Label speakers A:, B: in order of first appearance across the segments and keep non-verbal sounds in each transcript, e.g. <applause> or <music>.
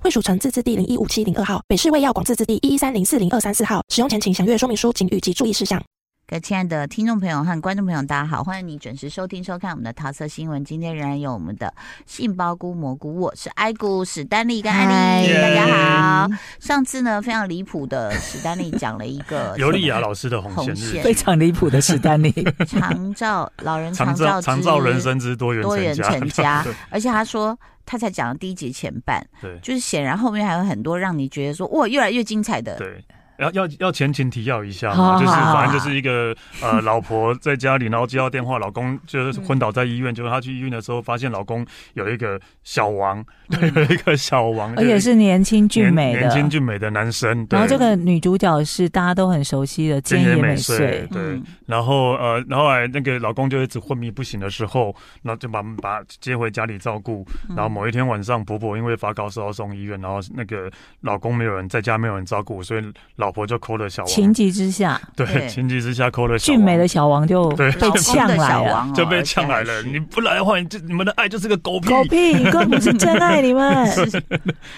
A: 惠蜀城自治地零一五七零二号，北市卫药广自治地一一三零四零二三四号。使用前请详阅说明书请及注意事项。
B: 各位亲爱的听众朋友和观众朋友，大家好，欢迎你准时收听收看我们的桃色新闻。今天仍然有我们的杏鲍菇蘑菇，我是艾菇史丹利跟艾丽，大
C: 嗨
B: 家好。上次呢非常离谱的史丹利讲了一个
C: <laughs> 尤利亚老师的红
B: 红
C: 线
B: 线
C: 日，
D: <laughs> 非常离谱的史丹
C: <laughs>
D: 利，
B: 长照老人
C: 常照
B: 照
C: 常
B: 之
C: 照人生之多元
B: 多元成
C: <laughs> 成，
B: 家 <laughs>
C: 对
B: 而且他说他才讲了第一节前半，
C: 对
B: 就是显然后面还有很多让你觉得说哇越来越精彩的。
C: 对。要要要前情提要一下嘛，
D: 好
C: 就是
B: 好
C: 反正就是一个呃，老婆在家里，然后接到电话，老公就是昏倒在医院，结果她去医院的时候，发现老公有一个小王，对，有一个小王，
D: 而且是年轻
C: 就是
D: 俊美
C: 年年轻
D: 的。
C: 俊美的男生，对
D: 然后这个女主角是大家都很熟悉的菅
C: 菅
D: 野
C: 野
D: 美
C: 美
D: 穗
C: 穗，，对，然后呃，然后后来那个老公就一直昏迷不醒的时候，然后就把把接回家里照顾。然后某一天晚上，婆婆因为发高烧要送医院，然后那个老公没有人在家，没有人照顾，所以老婆就抠了小
D: 情
C: 王。
D: 急之下，
C: 对，
B: 对
C: 情急之下抠了小王
D: 俊美的小王就
C: 对
D: 被
B: 呛
D: 呛来了。
B: 了
C: 就被呛来了。你不来的话，你就你们的爱就是个狗屁。
D: 狗屁，你根本不是真爱，
C: <laughs>
D: 你们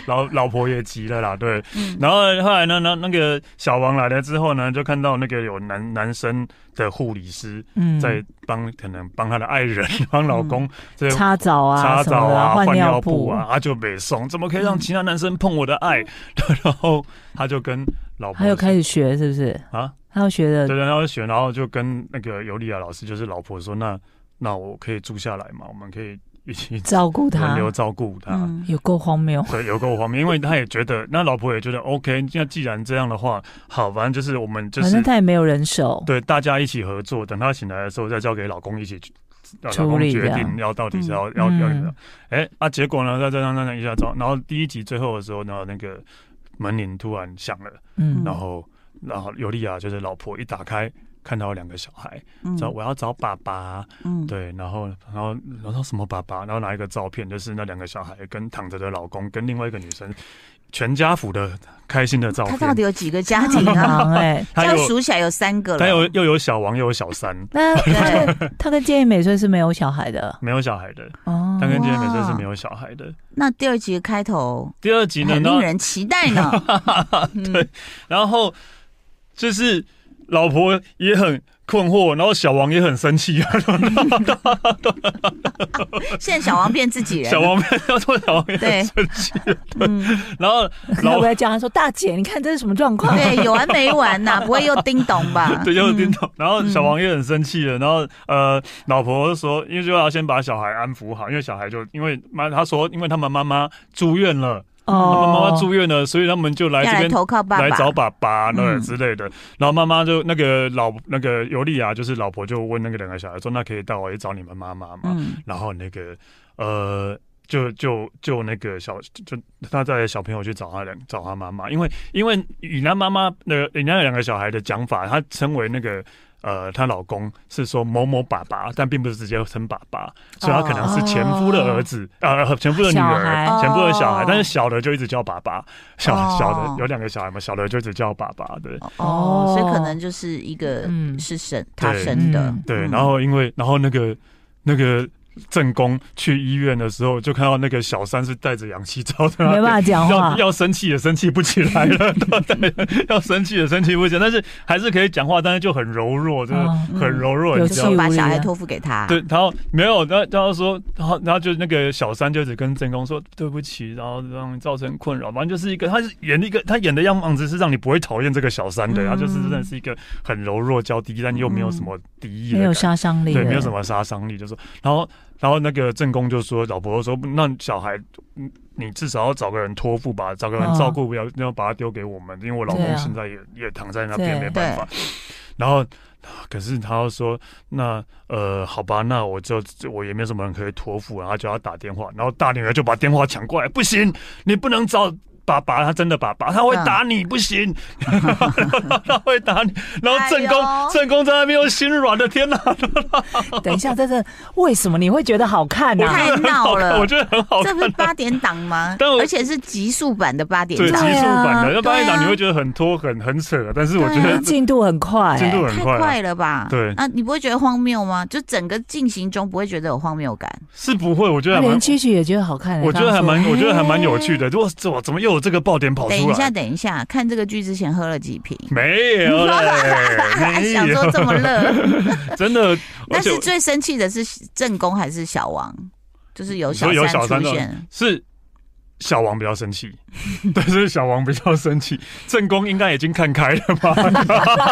C: 老老婆也急了啦，对。然后后来呢，那那个小王来了之后呢，就看到那个有男男生的护理师
D: 嗯
C: 在帮，可能帮他的爱人、 <laughs> 帮老公在
D: 擦澡啊
C: 擦
D: 什么
C: 澡
D: 的
C: 啊、
D: 换
C: 换
D: 尿嗯
C: 尿布啊，，他就被送，怎么可以让其他男生碰我的爱？ <laughs> 然后他就跟老婆
D: 他又开始呃学是不是？
C: 啊，
D: 他又学
C: 对，
D: 的
C: 然后选，然后就跟那个尤利亚老师，就是老婆说，那那我可以住下来嘛，我们可以一
D: <laughs>
C: 起
D: 照顾
C: 轮
D: 他，
C: 流照顾他。
B: 嗯
D: 有够荒谬。
C: 对，有够荒谬，因为他也觉得，那老婆也觉得 OK。那既然这样的话，好，反正就是我们就
D: 反
C: 是
D: 正他也没有人手，
C: 对大家一起合作，等他醒来的时候再交给老公一起去，呃老
D: 处
C: 公
D: 理
C: 决
D: 这样
C: 定要到底是要、
D: 嗯
C: 要要
D: 嗯
C: 哎、啊，结果呢，再再再再一下照，然后第一集最后的时候呢，那个门铃突然响了，
D: 嗯，
C: 然后然后尤利亚就是老婆一打开。看到两个小孩，找
B: 嗯
C: 我要找爸爸，
B: 嗯，
C: 对，然后然后然后什么爸爸，然后拿一个照片，就是那两个小孩跟躺着的老公跟另外一个女生，全家福的开心的照
B: 他
C: 片。
B: 到底有几个家庭
D: 很
B: 啊？
D: 忙哎。
B: 这
C: 他
B: 样
C: 有
B: 数起来有三个了。
C: 他有又有小王又有小三， <laughs>
D: 那他
B: 对
D: 跟他跟菅野美穗是没有小孩的
C: 没有小孩的，
D: 哦，
C: 他跟今天美穗是没有小孩的。
B: 那第二集的开头
C: 第二集呢，
B: 很
C: 然
B: 令
C: 后
B: 人期待
C: <laughs>
B: 呢。嗯
C: 对，然后就是老婆也很困惑，然后小王也很生气啊，
B: 现在小王变自己人，
C: 小王要做小王也
B: 对
C: 很生气，啊对，然后
D: 要
C: <laughs> 老
D: 不要叫他说大姐，你看这是什么状况？
B: 对有完没完
C: <laughs>
B: 呐？不会又叮咚吧？
C: 对，又听到，然后小王也很生气了，然后呃，老婆说，因为就要先把小孩安抚好，因为小孩就因为妈，他说，因为他们妈妈住院了，
D: 哦
C: 他们妈妈住院了，所以他们就来
B: 要
C: 这
B: 来
C: 边
B: 投靠爸
C: 来
B: 爸，
C: 找爸爸那
B: 嗯
C: 之类的。然后妈妈就那个老那个尤利亚，就是老婆就问那个两个小孩说：“那可以带我去找你们妈妈吗？”
B: 嗯
C: 然后那个呃。就就就那个小就他带小朋友去找他两找他妈妈，因为因为以他妈妈那个以那两个小孩的讲法，他称为那个呃她老公是说某某爸爸，但并不是直接称爸爸，所以他可能是前夫的儿子、呃前夫的女
D: 小
C: 儿，
D: 孩
C: 前夫的小孩
B: 哦，
C: 但是小的就一直叫爸爸，小
B: 哦
C: 小的有两个小孩嘛，小的就一直叫爸爸，对
B: 哦，所以可
D: 哦
B: 能就是一个
D: 嗯
B: 是生他
C: 对
B: 生的
D: 嗯，
C: 对，然后因为然后那个那个正宫去医院的时候，就看到那个小三是戴着氧气罩在那
D: 没
C: 边
D: 办法讲话
C: 要，要生气也生气不起来
D: <laughs>
C: 了，对，要生气也生气不起来，但是还是可以讲话，但是就很柔弱，真的
D: 哦
C: 很柔弱，
D: 有
C: 你
B: 就
C: 知
D: 气
C: 道吗
B: 说把
D: 无力
B: 小孩
D: 啊
B: 托付给他，
C: 对，然后没有，然后然后说，然后然后就那个小三就只跟正宫说对不起，然后让你造成困扰，反正就是一个，他是演一个他演的样子是让你不会讨厌这个小三的，
D: 嗯
C: 他就是真的是一个很柔弱娇滴，但又没有什么敌意的
D: 没
C: 感
D: 有
C: 觉，
D: 杀伤力，
C: 对，没有什。么杀伤力，就说，然后然后那个正宫就说，老婆说，那小孩。嗯你至少要找个人托付吧，
D: 哦
C: 找个人照顾，不要、要把他丢给我们，因为我老公
D: 对啊
C: 现在也、也躺在那边，
D: 对
C: 没办法。然后可是他又说，那呃，好吧，那我就我也没有什么人可以托付，然后就要打电话，然后大女儿就把电话抢过来，不行，你不能找。爸爸，他真的爸爸，他
D: 嗯
C: 会打你，不
D: <laughs>
C: 行，他会打你。然后正宫，
B: 哎呦
C: 正宫在那边又
D: <laughs>
C: 心软的，天哪！
D: 等一下，这是为什么你会觉得好看啊呢、
C: 我觉
B: 太
C: 得很
B: 闹
C: 好
B: 了
C: 看，我觉得很好
B: 这
C: 看
B: 不是。八点档吗？
C: <laughs> 但我
B: 而且是极速版的八点
C: 对，极
B: 档，
C: 速版
B: 对啊
C: 的，要八点档你会觉得很拖、很很扯，但是我觉
B: 对
C: 得
B: 啊
D: 进度很快、
C: <laughs> 进度
B: 太
C: 很快啊，
B: 快了吧？
C: 对
B: 那你不会觉得荒谬吗？就整个进行中不会觉得有荒谬感？
C: 是不会，我觉得
D: 他
C: 还啊蛮
D: 连，蛐蛐也觉得好看、
C: 我觉得还蛮，我觉得还蛮有趣
D: 的。
C: 的。我怎么怎么又有这个爆点跑
B: 等
C: 出
B: 一下，
C: 来？
B: 等一下，看这个剧之前喝了几瓶？
C: 没
B: <laughs>
C: 有嘞，
B: 还 <laughs>
C: 没
B: 想说
C: 有，
B: 这么
C: <laughs>
B: 热，
C: 真的，而
B: <laughs> 但
C: 且
B: 是最生气的是正宫还是小王？就是有小
C: 你说有小
B: 三
C: 三
B: 出
C: 的
B: 现，
C: 是小王比较生气，对，是小王比较生气，正宫应该已经看开了吧？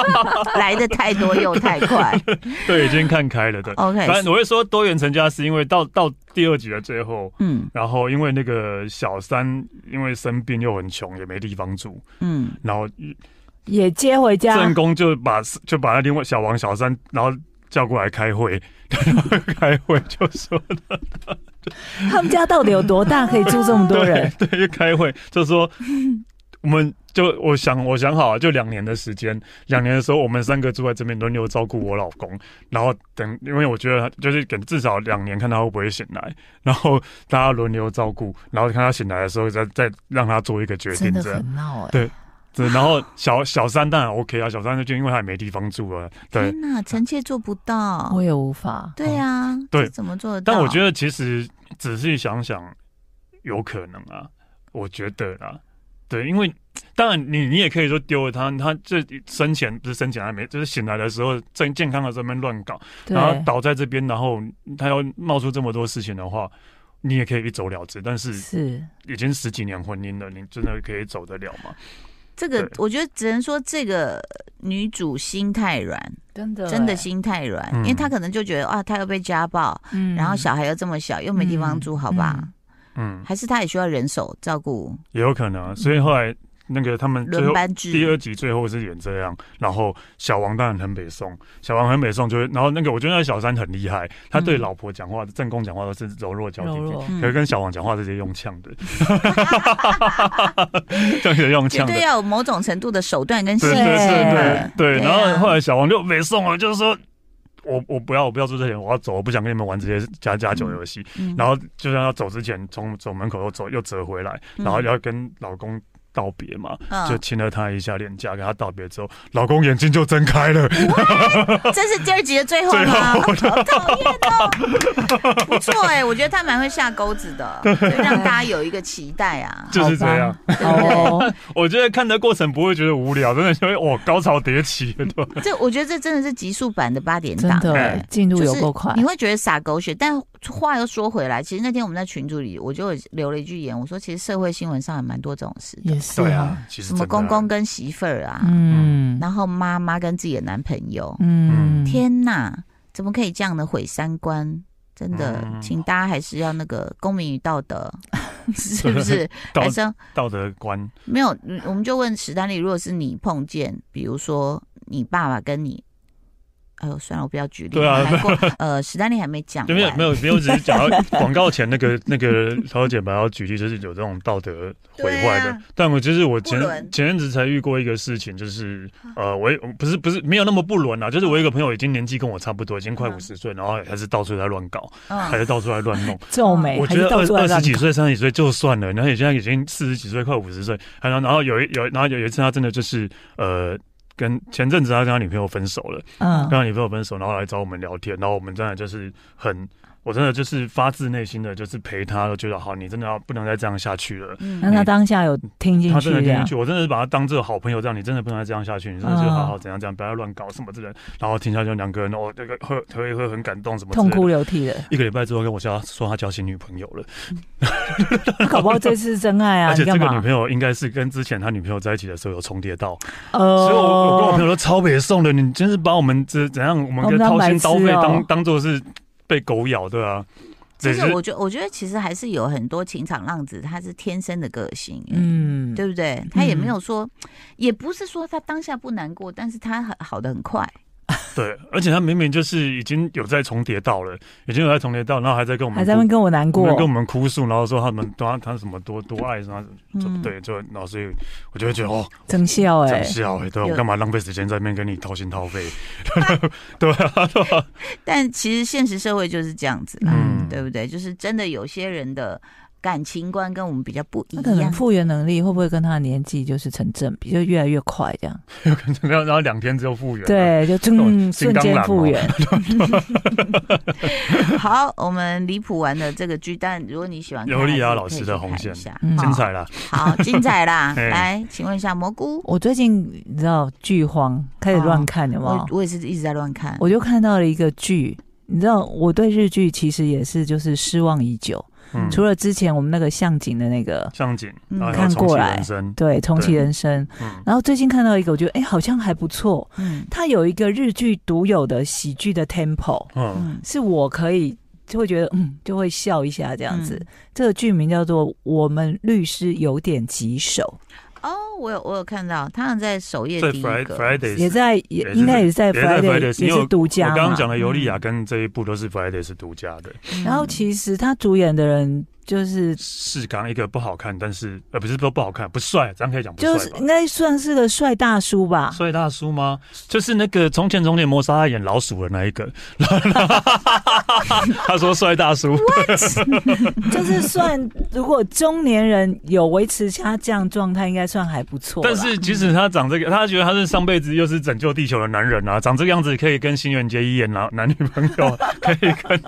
B: <laughs>
C: <laughs>
B: 来的太多又太快。
C: 对，已经看
B: <laughs>
C: 开了的。
B: OK，
C: 反正我会说多元成家，是因为到到第二集的最后，
B: 嗯
C: 然后因为那个小三因为生病又很穷，也没地方住，
B: 嗯，
C: 然后
D: 也接回家
C: 正，宫就把就把那另外小王小三，然后叫过来开会， <laughs> 开会就说
D: 他们家到底有多大可以住这么多人？
C: <laughs> 对对，就开会就
D: <laughs>
C: 说我们。就我想，我想好了，就两年的时间。两年的时候，我们三个住在这边，轮流照顾我老公。然后等，因为我觉得就是等至少两年，看他会不会醒来。然后大家轮流照顾，然后看他醒来的时候再，再让他做一个决定
D: 真。的
C: 这样。
D: 很闹哎、
C: 对对，然后小小三当然 OK 啊，小三就因为他也没地方住了，对。
B: 天哪，臣妾做不到
D: 我。也无法。
B: 对啊，
C: 哦对
B: 这怎么做得到？
C: 但我觉得其实仔细想想，有可能啊，我觉得啦，对，因为当然你你也可以说丢了他，他这生前不是生前还没，就是醒来的时候正健康的时候在那边乱搞，
D: 对
C: 然，后倒在这边，然后他要冒出这么多事情的话。你也可以一走了之，但是
D: 是
C: 已经十几年婚姻了，你真的可以走得了吗？
B: 这个
C: 对，
B: 我觉得只能说这个女主心太软，
D: 真的
B: 真的，心太软，因为
C: 嗯
B: 她可能就觉得啊，她又被家暴，
D: 嗯
B: 然后小孩又这么小，又没地方住，好吧？
D: 嗯
C: 嗯，
B: 还是她也需要人手照顾，
C: 也有可能啊。所以后来那个他们最
B: 嗯轮
C: 后
B: 班
C: 第
B: 制。
C: 二集最后是演这样，然后小王当然很北宋，小王很北宋就会，然后那个我觉得那个小三很厉害，他
B: 嗯
C: 对老婆讲话、正宫讲话都是柔弱娇
D: 柔
C: 滴滴，
D: 弱，
C: 可是跟小王讲话直接用呛
B: <laughs>
C: 的， <laughs> 这样直接用
B: 绝
C: 呛的
B: 对。要有某种程度的手段跟细
C: 对
B: 节
C: 对对
B: 嘛
C: 对，对，
B: 对
C: 然
B: 啊
C: 后后来小王就北宋了，就是说我我不要我不要做这些，我要走，我不想跟你们玩这些加加酒游戏。
B: 嗯
C: 然后就让他走之前，从走门口又走又折回来，然后
B: 嗯
C: 要跟老公道别嘛，
B: 嗯
C: 就亲了她一下脸颊，跟她道别之后，老公眼睛就睁开了，
B: <laughs> 这是第二集的最后吗？好讨厌哦！不错哎、我觉得他蛮会下钩子
C: <laughs>
B: 的，就让大家有一个期待啊。
C: <laughs> 就是这样。
D: 好哦，
C: 我觉得看的过程不会觉得无聊，真的哦就会哇高潮迭起，对吧？
B: 这我觉得这真的是极速版的八点
D: 真
B: 档、
D: 的
B: 哎
D: 进度
B: 就
D: 有
B: 是
D: 够快
B: 你。会觉得撒狗血，但话又说回来，其实那天我们在群组里，我就有留了一句言，我说其实社会新闻上也蛮多这种事的，
D: 也是
C: 对啊，，其实
B: 什么
C: 真的啊
B: 公公跟媳妇儿啊，
D: 嗯
B: 然后妈妈跟自己的男朋友，
D: 嗯，
B: 天哪，怎么可以这样的毁三观？真的，
C: 嗯
B: 请大家还是要那个公民与道
C: <laughs>
B: 德，是不是？
C: 道
B: 哎还是要
C: 道德观，
B: 没有？嗯我们就问史丹利，如果是你碰见，比如说你爸爸跟你。哎呦，算了，我不要举例，
C: 对
B: 好
C: 啊
B: 难过。呃，史丹利还没讲
C: 就
B: 完，
C: 没有没有没有，只是讲到广告前那个 <laughs> 那个曹姐把要举例，就是有这种道德毁坏
B: 对
C: 的。
B: 啊
C: 但我就是我前
B: 不伦
C: 前阵子才遇过一个事情，就是
D: 啊
C: 呃，我也不是不是没有那么不伦啊，就是我有一个朋友已经年纪跟我差不多，已经快
D: 啊
B: 嗯
C: 五十岁，然后还是到处在乱搞，
B: 嗯
C: 还是到处在乱
D: <laughs>
C: 弄。
D: 皱眉，
C: 我
D: 啊哎
C: 觉
D: 还是
C: 得
D: 到处
C: 二
D: 在
C: 二
D: 乱
C: 十几
D: 搞，
C: 岁、三十几岁就算了，然后你现在已经四十几岁、快五十岁，还然后然后有一有然后有一次他真的就是呃。跟前阵子他跟他女朋友分手了，
D: 嗯
C: 跟，他女朋友分手，然后来找我们聊天，然后我们真的就是很，我真的就是发自内心的就是陪他，都觉得好，你真的要不能再这样下去了。
B: 嗯
D: 那他当下有听进
C: 他
D: 去啊
C: 真的听
D: 呀
C: 进？去，我真的是把他当做好朋友，这样你真的不能再这样下去，你真的
D: 嗯
C: 就好好怎样怎样，不要乱搞什么之类的。然后听下去两个人哦，那个喝喝一喝很感动什么之类
D: 痛
C: 的，
D: 哭流
C: <laughs>
D: 涕的，
C: 一个礼拜之后跟我交说他交新女朋友了，
D: 他搞不好这次是真爱啊！
C: 而且
D: 你
C: 这
D: 干
C: 个
D: 嘛
C: 女朋友应该是跟之前他女朋友在一起的时候有重叠到，
D: 哦
C: 所以我我跟我朋友说超北宋的，你真是把我们这怎样，我们
D: 我
C: 个
D: 们当
C: 掏
D: 白
C: 心掏肺
D: 痴哦
C: 当当做是被狗咬，对啊，
B: 其
C: 对
B: 实
C: 就是
B: 我觉我觉得其实还是有很多情场浪子，他是天生的个性，嗯，
D: 嗯，
B: 对不对？他也没有说，也不是说他当下不难过，但是他很好的很快，
C: 对，而且他明明就是已经有在重叠道了，已经有在重叠道，然后还在跟我们
D: 还在那
C: 哭
D: 边跟我难过
C: 我们，跟我们哭诉，然后说他们他他什么多多爱什么，就
B: 嗯
C: 对，就老师，我就会觉得哦，
D: 真笑哎、
C: 真笑哎，对
B: 有
C: 我干嘛浪费时间在那边跟你掏心掏肺？对啊，对啊，
B: 但其实现实社会就是这样子啦，
C: 嗯
B: 对不对？就是真的有些人的感情观跟我们比较不一
D: 他可能
B: 样。
D: 复原能力会不会跟他的年纪就是成正比，就越来越快这样？
C: <laughs> 然后然后两天之后复原，，
D: 对，就
C: 种金
D: 嗯瞬
C: 刚
D: 间
C: 狼
D: 复
C: 啊哦
D: 原。
B: 好，我们离谱完了这个剧，但如果你喜欢看
C: 尤利亚
B: 还是
C: 老师
B: 可以
C: 的
B: 去
C: 红
B: 看一
C: 线
B: 下
D: 嗯
C: 精彩啦，
B: 好，好精彩啦！
C: <laughs> 嘿
B: 来，请问一下蘑菇，
D: <laughs> 我最近你知道剧荒开始乱看，有没有
C: 哦
B: 我？我也是一直在乱看，
D: 我就看到了一个剧，你知道我对日剧其实也是就是失望已久，
C: 嗯，
D: 除了之前我们那个向井的那个
C: 上景，
B: 嗯
C: 然后
D: 看
C: 重
D: 过
C: 启
D: 来
C: 人生，
D: 对重启人生，
C: 嗯，
D: 然后最近看到一个，我觉得哎、好像还不错，
B: 嗯
D: 它有一个日剧独有的喜剧的 tempo，
C: 嗯，
B: 嗯，
D: 是我可以。就会觉得嗯，就会笑一下这样子。
C: 嗯
D: 这个剧名叫做《我们律师有点棘手
B: 哦，我有我有看到，他好像在首页
C: 在
B: 第一
C: Friday
B: 个，
C: Fridays》，
D: 也在也
C: 也是
D: 应该也是在
C: 也在
D: Friday
C: Fridays，
D: 也
C: 因为
D: 是独家
C: 我
D: 嘛。
C: 刚刚讲的尤利亚跟这一部都是 Fridays 独家的，
B: 嗯
D: 然后其实他主演的人就是
C: 是刚一个不好看，但是呃不是都不好看，不帅，咱可以讲不
D: 就
C: 帅
D: 是
C: 吧
D: 应。该算是个帅大叔吧。
C: 帅大叔吗？就是那个从前从前谋杀案演老鼠的那一
D: <laughs>
C: 个，他说帅大叔，
D: 就是算如果中年人有维持他这样状态，应该算还不错啦。
C: 但是即使他长这个，他觉得他是上辈子又是拯救地球的男人啊，长这个样子可以跟新垣结衣演男男女朋
D: <laughs>
C: 友，可以跟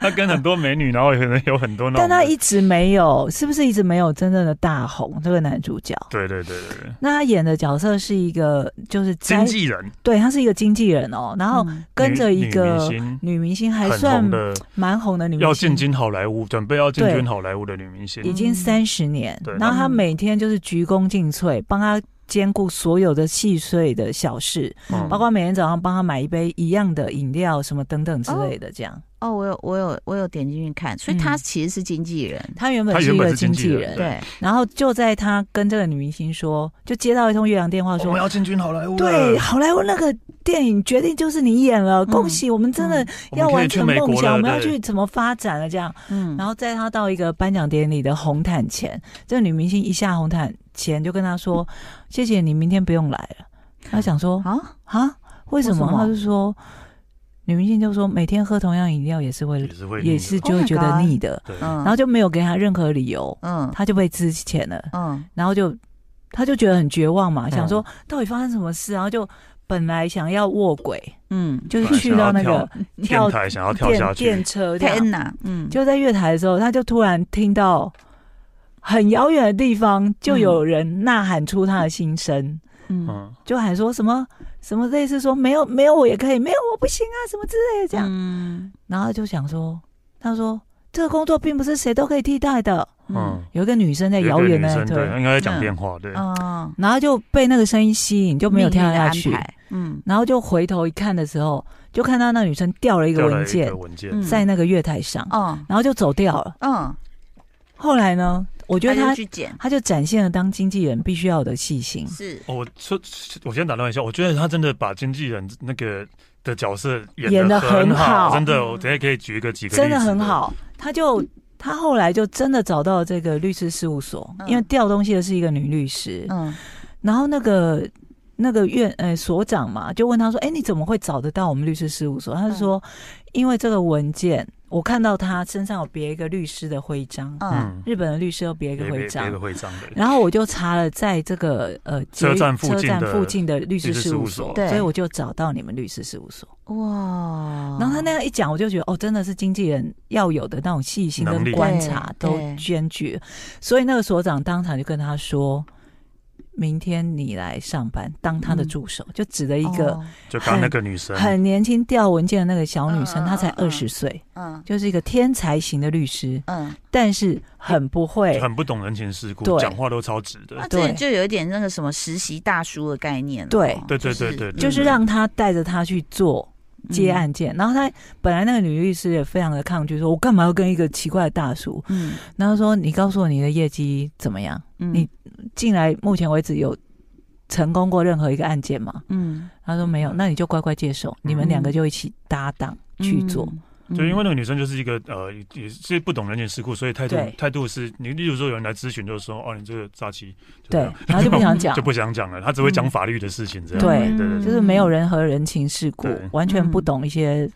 C: 他跟很多美女，然后可能有很多那
D: 但
C: 种，
D: 他一直没有，是不是一直没有真正的大红？这个男主角，
C: 对对对对对，
D: 那他演的角色是一个就是
C: 经
D: 在
C: 纪人，
D: 对他是一个经纪人哦，然后
B: 嗯
D: 跟着一
C: 女
D: 个
C: 女明星
D: 女明星，还
C: 很
D: 算
C: 红的，
D: 蛮红的女
C: 要
D: 明
C: 进
D: 星。
C: 军好莱坞，准备要进
D: 对
C: 军好莱坞的女明星，
D: 已经三十年
C: 对，
D: 然后他每天就是鞠躬尽瘁，帮他兼顾所有的细碎的小事，
C: 嗯
D: 包括每天早上帮他买一杯一样的饮料，什么等等之类的，这样。
C: 嗯
B: 哦，我有我有我有点进去看，所以他
D: 嗯
B: 其实是经纪人，
D: 他原本
C: 他
D: 是
C: 原
D: 一
C: 本
D: 个
C: 是
D: 经
C: 经
D: 纪
C: 纪
D: 人，
C: 人对
B: 对，
D: 然后就在他跟这个女明星说，就接到一通岳阳电话
C: 我
D: 说
C: 们，要进军好莱坞了，
D: 对，好莱坞那个电影决定就是你演了，恭喜我们真的
C: 嗯我
D: 要
C: 们可以
D: 完
C: 去
D: 成
C: 美
D: 梦
C: 国
D: 想，
C: 了，
D: 我们要
C: 对
D: 去怎么发展了这样。
B: 嗯
D: 然后在他到一个颁奖典礼的红毯前，这个女明星一下红毯前就跟他说：“谢谢你，明天不用来了。”他想说
B: 啊，：“
D: 啊，为
B: 为什？”
D: 什么
B: 么
D: 他就说：“女明星就说每天喝同样饮料也是会
C: 也，是会腻的
D: 也是
B: Oh
D: 就会
B: my
D: 觉得
B: God
D: 腻的。
C: 对，
B: 嗯，”
D: 然后就没有给他任何理由，
B: 嗯
D: 他就被支遣了。
B: 嗯
D: 然后就他就觉得很绝望嘛，
C: 嗯
D: 想说到底发生什么事，然后就本来想要卧轨，
B: 嗯，
D: 就是去到那个跳
C: 电台想要跳下
D: 电
C: 去，
D: 电车这样，
B: 天哪，嗯，
D: 就在月台的时候，他就突然听到很遥远的地方就有人呐喊出他的心声，
B: 嗯
C: 嗯，
D: 就喊说什么什么类似说没有没有我也可以，没有我不行啊什么之类的这样，
B: 嗯
D: 然后就想说，他说这个工作并不是谁都可以替代的，
C: 嗯，
D: 有一个女生在遥远的那嗯
C: 有一个
D: 一
C: 女生对，
D: 头，
C: 应该在讲电话，对，
B: 哦，
D: 然后就被那个声音吸引，就没有跳下去
B: 命运的。安排，嗯
D: 然后就回头一看的时候，就看到那女生掉了一个
C: 掉了
D: 文
C: 一
D: 件
C: 个文件，
B: 嗯
D: 在那个月台上，
B: 哦
D: 然后就走掉了。
B: 嗯，
D: 后来呢，我觉得
B: 他
D: 他
B: 就去捡，
D: 他就展现了当经纪人必须要有的细心。
B: 是
C: 哦，我说，我先打断一下，我觉得他真的把经纪人那个的角色
D: 演
C: 的
D: 得很好嗯
C: 好，真的，我等一下可以举一个几个例子
D: 真的很。好。他就他后来就真的找到这个律师事务所，
B: 嗯
D: 因为调东西的是一个女律师，
B: 嗯
D: 然后那个。那个院呃所长嘛，就问他说：“哎、你怎么会找得到我们律师事务所？”他就说：“因为这个文件，我看到他身上有别一个律师的徽章，
B: 嗯
C: 嗯，
D: 日本的律师有别一个
C: 别
D: 徽
C: 别别
D: 章
C: 个。会章的，
D: 然后我就查了，在这个呃捷
C: 车站附近的
D: 车站附近的律师
C: 律师
D: 事
C: 事
D: 务
C: 务
D: 所，
C: 所
B: 对
D: 所以我就找到你们律师事务所。
B: 哇，
C: 嗯
D: 然后他那样一讲，我就觉得哦，真的是经纪人要有的那种细心
C: 能
D: 跟
C: 力
D: 观察
B: 对
D: 都
B: 对
D: 兼具。所以那个所长当场就跟他说：“明天你来上班，当他的助手。就指了一个
B: 嗯哦，
C: 就刚那个女生，
D: 很年轻调文件的那个小女生，
B: 嗯嗯
D: 她才
B: 嗯嗯
D: 二十岁，
B: 嗯
D: 就是一个天才型的律师，
B: 嗯，
D: 但是很不会
C: 就。很不懂人情世故，
D: 对
C: 讲话都超直的
B: 那，
D: 对
B: 这就有一点那个什么实习大叔的概念了，哦
C: 对
D: 对
B: 就
C: 对
B: 是
C: 对对，对
D: 就是让他带着他去做接
B: 嗯
D: 案件，然后他本来那个女律师也非常的抗拒，说我干嘛要跟一个奇怪的大叔？
B: 嗯
D: 然后说你告诉我你的业绩怎么样？
B: 嗯
D: 你进来目前为止有成功过任何一个案件吗？
B: 嗯，
D: 他说没有，那你就乖乖接手，你们两个就一起搭档去做。
B: 嗯，
C: 就因为那个女生就是一个呃，也也是不懂人情世故，所以态度
D: 对
C: 态度是你，例如说有人来咨询，就是说哦，你这个诈欺，就这
D: 对
C: 样，
D: 然后就不想讲
C: 啊 <laughs> 就，不想讲了，他只会讲法律的事情，这样
D: 对
C: 对对
B: 嗯
C: 对
D: 就是没有任何人情世故
C: 对，
D: 完全不懂一些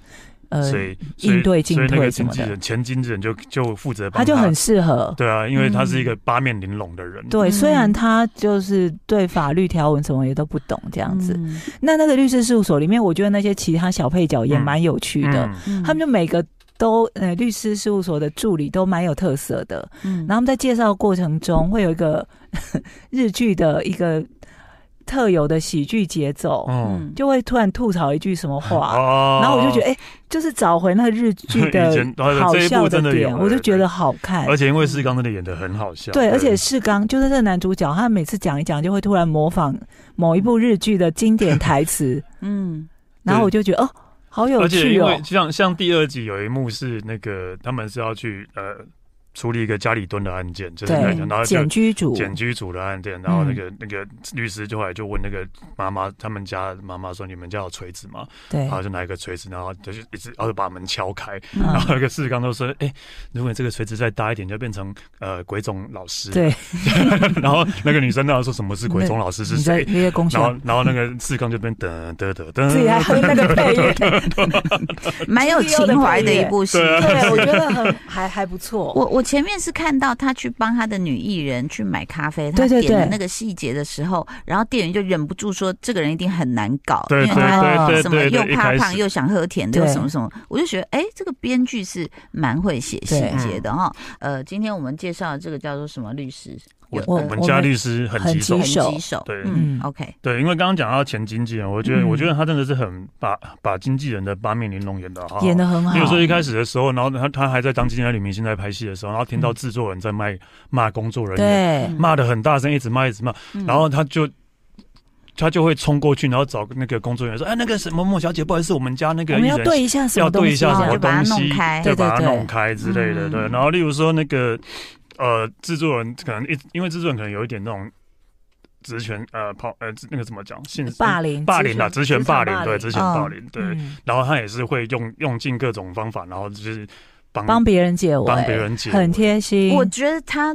D: 呃，
C: 嗯所以所以
D: 应对进
C: 所以那
D: 退
C: 个
D: 什
C: 经
D: 么
C: 纪
D: 的
C: 人前经纪人就就负责帮
D: 他就很适合。
C: 对啊，因为他是一个八面玲珑的人，
D: 对，
B: 嗯
D: 虽然他就是对法律条文什么也都不懂这
B: 这
D: 样子，，那那个律师事务所里面，我觉得那些其他小配角也蛮有趣的，
C: 嗯，
B: 嗯
D: 他们就每个都呃律师事务所的助理都蛮有特色的。
B: 嗯
D: 然后他们在介绍过程中会有一个 <laughs> 日剧的一个特有的喜剧节奏，
C: 哦，
B: 嗯
D: 就会突然吐槽一句什么话。
C: 哦
D: 嗯然后我就觉得，哎、就是找回那个日
C: <laughs>
D: 剧
C: 以
D: 的
C: 前哦对
D: 好
C: 这一
D: 笑
C: 部真的
D: 点，
C: 有
D: 我就
C: 对
D: 觉
C: 对
D: 得好看。
C: 而且因为世刚真的演的很好笑，
D: 对，而且世刚就是这个男主角，他每次讲一讲就会突然模仿某一部日剧的经典台
C: <laughs>
D: 词，
B: 嗯
D: 然后我就觉得哦，好有
C: 而且
D: 趣
C: 因
D: 哦
C: 为。啊像像第二集有一幕是那个他们是要去呃处理一个家里蹲的案件，就是
D: 对
C: 那个然后就
D: 简居主，
C: 检居组的案件，然后那个、那个律师就后来就问那个妈妈，他们家妈妈说：“你们家有锤子吗？”
D: 对
C: 然，后就拿一个锤子，然后就是一直，然后就把门敲开，
D: 嗯
C: 然 <laughs> 后那个士刚就说：“哎、如果你这个锤子再大一点，就变成呃鬼冢老师。”
D: 对，
C: 然后那个女生那说什么是鬼冢老师是
D: 你在
C: 谁？
D: 你在公司
C: 然，后然后那个士刚就变噔噔噔噔，
D: 自己还哼那个配乐，
B: 蛮有情怀的一部戏。
C: 啊
D: 对，啊我觉得很还还不错。
B: 我我前面是看到他去帮他的女艺人去买咖啡，他
D: 对对
B: 点了
D: 对
B: 那个细节的时候，然后店员就忍不住说：“这个人一定很难搞，
C: 对
B: 因
C: 对
B: 为他
C: 对
B: 什么
C: 对对
B: 又
C: 对，一
B: 怕
C: 开
B: 胖
C: 始
B: 又想喝甜的，又
D: 对
B: 什么什么，我就觉得哎、这个编剧是蛮会写细节
C: 嗯
B: 的哈。呃，今天我们介绍的这个叫做什么律师，呃
C: 我
D: 我
C: 我们家
D: 我们
C: 律师很
D: 很
C: 棘手
D: 棘
B: 很，
D: 手
B: 棘手，
C: 对
B: 嗯
D: 嗯
B: ，OK，
C: 对，因为刚刚讲到前经纪人，我觉得、
D: 嗯
C: 我觉得他真的是很把把经纪人的八面玲珑演的好，
D: 演的很好
C: 比如，说一开始的时候，然后他他还在当经纪人女明星在拍戏的时候，然后听到制作人在骂骂工作人员，
D: 嗯对
B: 嗯
D: 嗯
C: 骂的很大声，一直骂一直骂，然后他就。他就会冲过去，然后找那个工作人员说：“哎，那个什么莫小姐，不好意思，我们家那个
D: 我
C: 艺
D: 们要
C: 人
D: 对一下什
C: 要
D: 么东
C: 对一
D: 西
C: 下
D: 啊，
C: 什么
B: 就把它
C: 东西，
B: 弄开
C: 对，
D: 对
C: 把它
D: 对对
C: 弄开之类的，
B: 嗯
C: 对。然后例如说那个呃，制作人可能一因为制作人可能有一点那种职权呃跑呃那个怎么讲性
D: 霸凌
C: 霸凌啊，职权霸凌，对，
D: 职
C: 职
D: 场
C: 权霸
B: 嗯
C: 凌，
D: 霸
C: 对。
D: 凌
C: 然后他也是会用用尽各种方法，然后就是帮
D: 嗯帮别人解围，
C: 帮别人解围
D: 很贴心。
B: 我觉得他。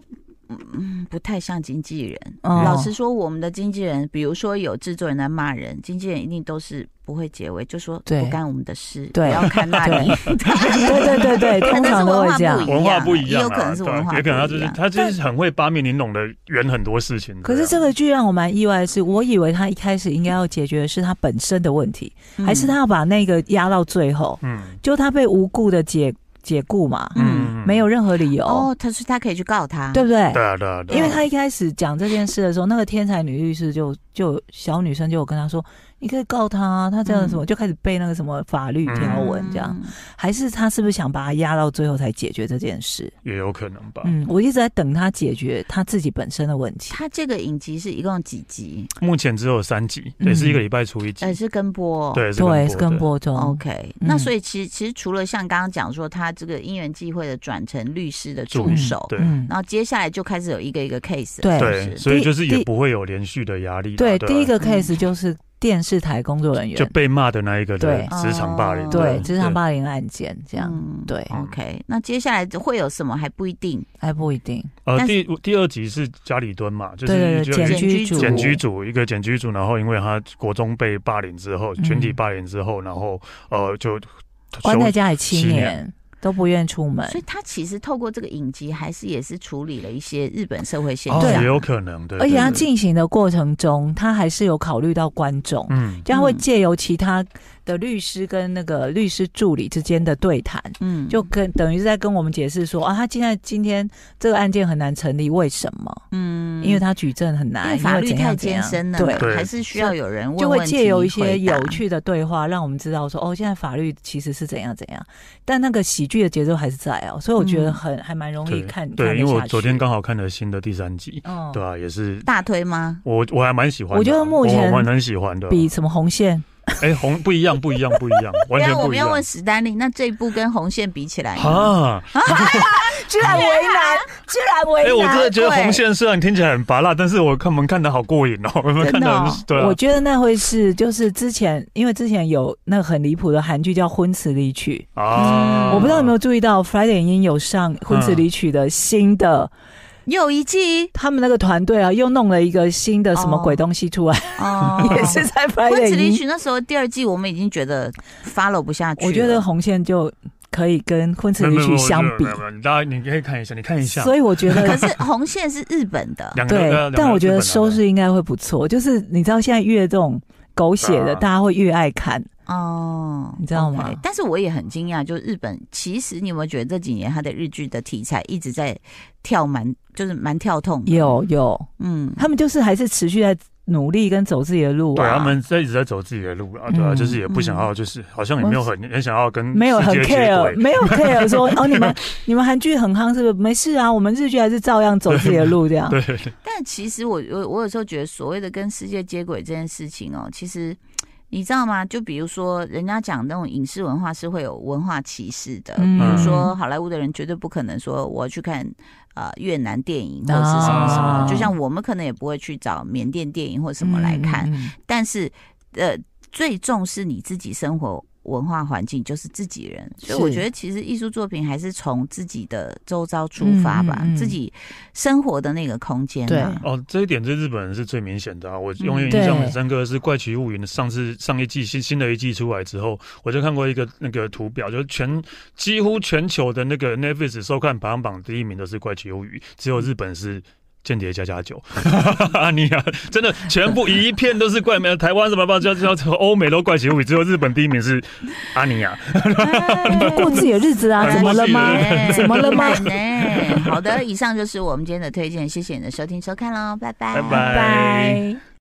B: 嗯，不太像经纪人。
D: 嗯
B: 老实说，我们的经纪人，比如说有制作人在骂人，经纪人一定都是不会结尾，就说
D: 对
B: 不干我们的事，不
D: 对
B: 要看那里。
D: <laughs> 对对对对，
B: 可
D: 通
B: 能是
D: 常都
B: 文
D: 会
B: 化
D: 这
B: 不
D: 样
B: 一。
C: 文化不一
B: 也
C: 样
B: 有
C: 啊，
B: 可能是文化
C: 对也可能他
B: 不
C: 就
B: 一
C: 是
B: 样
C: 他就是很会八面玲珑的圆很多事情。
D: 可是这个剧让我蛮意外的是，我以为他一开始应该要解决的是他本身的问题，
B: 嗯
D: 还是他要把那个压到最后，
C: 嗯
D: 就他被无故的解解雇嘛，
B: 嗯
C: 嗯
D: 没有任何理由，
B: 哦，他说他可以去告他，
D: 对不对？
C: 对啊对啊，对啊
D: 因为他一开始讲这件事的时候，那个天才女律师就就小女生就有跟他说，你可以告他啊，他这样什
B: 嗯
D: 么、就开始背那个什么法律条文这样，还是他是不是想把他压到最后才解决这件事？
C: 也有可能吧。
D: 嗯，我一直在等他解决他自己本身的问题。
B: 他这个影集是一共几集？
C: 目前只有三集，
D: 嗯
C: 也是一个礼拜出一集
B: 呃，，是跟播。
C: 对，是
D: 对，是
C: 跟
D: 跟
C: 播的。
D: 播中。
B: OK，、
D: 嗯
B: 那所以其实其实除了像刚刚讲说他这个因缘际会的转成律师的助
C: 助
B: 手，
C: 对
D: 嗯，
B: 然后接下来就开始有一个一个 case，了
D: 对
B: 是
C: 对，
B: 不是
C: 所以就是
D: 第
C: 也不会有连续的压力啦。
D: 对，
C: 啊
D: 第一个
B: 嗯
D: case 就是电视台工作人
C: 就
D: 员，
C: 被骂的那一个的
D: 对
C: 职场霸凌，
B: 哦
D: 对
C: 对
D: 职场霸凌案件这样，
B: 嗯
D: 对，
B: OK，那接下来会有什么还不一定。
D: 还不一定。
C: 呃，
B: 但
C: 第第二集是家里蹲嘛，就
D: 对
C: 是
D: 对
C: 就
D: 对，检
B: 检
D: 居
B: 居
D: 组，
C: 检举组一个检举组，然后因为他国中被霸凌之后，
D: 嗯
C: 群体霸凌之后，然后呃就
D: 关在家里七
C: 七
D: 年
C: 年
D: 都不愿出门
B: 所，以他其实透过这个影集，还是也是处理了一些日本社会现
C: 哦
B: 象。
C: 也有可能
B: 嗯
C: 对，
D: 啊而且
C: 对
D: 他
C: 对
D: 进行的过程中，他还是有考虑到观众，
C: 嗯
D: 就他会借由其他的律师跟那个律师助理之间的对谈，
B: 嗯
D: 就跟等于是在跟我们解释说啊，他现在今天这个案件很难成立，为什么？
B: 嗯
D: 因为他举证很难，
B: 因为法律
D: 怎样
B: 太
D: 怎
B: 艰
D: 样
B: 深了，
D: 对。
C: 对
B: 还是需要有人问
D: 就会借由一些
B: 问题回答
D: 有趣的对话，让我们知道说，哦，现在法律其实是怎样怎样，但那个喜剧的节奏还是在哦，所以我觉
B: 嗯
D: 得很、还蛮容易
C: 对
D: 看。看
C: 对，
D: 得
C: 因为我
D: 下
C: 昨
D: 去
C: 天刚好看了新的第三集，
D: 嗯，
C: 对啊，也是
B: 大推吗？
C: 我我还蛮喜欢的啊，
D: 我觉得目前
C: 我还蛮喜欢的啊，
D: 比什么红线
C: 哎红不一样，不一样，不一样，完全
B: 我
C: 不
B: 们
C: 一
B: 要
C: 样
B: 问史丹利，那这一部跟红线比起来呢，
C: 啊，
D: 居然为难，居然为
C: 哎，
D: 难。
C: 我真的觉得
D: 对
C: 红线虽然听起来很拔辣，但是我看我们看的好过瘾哦， <laughs> 我们看
B: 真的
C: 的
B: 哦
C: 很对啊
D: 我，觉得那会是就是之前，因为之前有那个很离谱的韩剧叫《婚词离曲》，
C: 啊，
D: 嗯我不知道有没有注意到 Friday 影音有上《婚词离曲》的新的，
B: 又一 <laughs> 季
D: 他们那个团队啊又弄了一个新的什么鬼东西出来，
B: 哦
D: <laughs> 也是在
B: 《婚
D: Friday
B: 词
D: 影
B: 离
D: 音。
B: 曲》那时候第二季，我们已经觉得 follow 不下去了。
D: 我觉得红线就可以跟《婚词
C: 没有
D: 离
C: 没有
D: 曲
C: 没》有
D: 相比
C: 没，有没有你大家你可以看一下，你看一下，
D: 所以我觉得
B: 可是红线是日本的，
C: 两个
D: 对
C: 呃两，个
D: 但我觉
C: 日
D: 得
C: 本的
D: 收视应该会不错。就是你知道，现在越这种狗血的，
C: 啊
D: 大家会越爱看。
B: 哦，
D: 你知道吗
B: OK，但是我也很惊讶，就日本，其实你有没有觉得这几年它的日剧的题材一直在跳蛮，就是蛮跳痛的？
D: 有有，
B: 嗯，
D: 他们就是还是持续在努力跟走自己的路
C: 对，
D: 啊。
C: 他们在一直在走自己的路啊，对啊，
D: 嗯
C: 就是也不想要，就是好像也没有很很想要跟
D: 没有
C: 世嗯
D: 很
C: 界接轨
D: care，
C: <laughs>
D: 没有 care 说哦，你们你们韩剧很夯是不是？没事啊，我们日剧还是照样走自己的路这样。
C: 对，
B: 但其实我我我有时候觉得，所谓的跟世界接轨这件事情哦，其实你知道吗？就比如说，人家讲那种影视文化是会有文化歧视的，
D: 嗯
B: 比如说好莱坞的人绝对不可能说我要去看呃越南电影或者是什么什么，
C: 啊
B: 就像我们可能也不会去找缅甸电影或什么来看，
D: 嗯？嗯嗯 <laughs>
B: 但是呃，最重视你自己生活文化环境，就是自己人。所以我
D: 是
B: 觉得，其实艺术作品还是从自己的周遭出发吧，
D: 嗯嗯嗯
B: 自己生活的那个空间、啊。
D: 对
C: 哦，这一点对日本人是最明显的啊！
B: 嗯
C: 我永远
D: 对
C: 印象很深刻的是《怪奇物语》上次上一季新新的一季出来之后，我就看过一个那个图表，就是全几乎全球的那个 Netflix 收看排行榜第一名都是《怪奇物语》，只有日本是。间谍加加
B: <laughs>
C: 九，阿尼亚真的全部一片都是怪 <laughs> 美，台湾什么吧，叫叫欧美都怪奇物语，只有日本第一名是阿尼亚。
D: 嗯过自己的日子
C: <laughs>
D: 啊，怎么了吗
C: 过自己？
B: 哎
D: 怎么了
B: <laughs>
D: 吗？
B: 哎好的，以上就是我们今天的推荐，谢谢你的收听收看喽，拜拜，
C: 拜拜。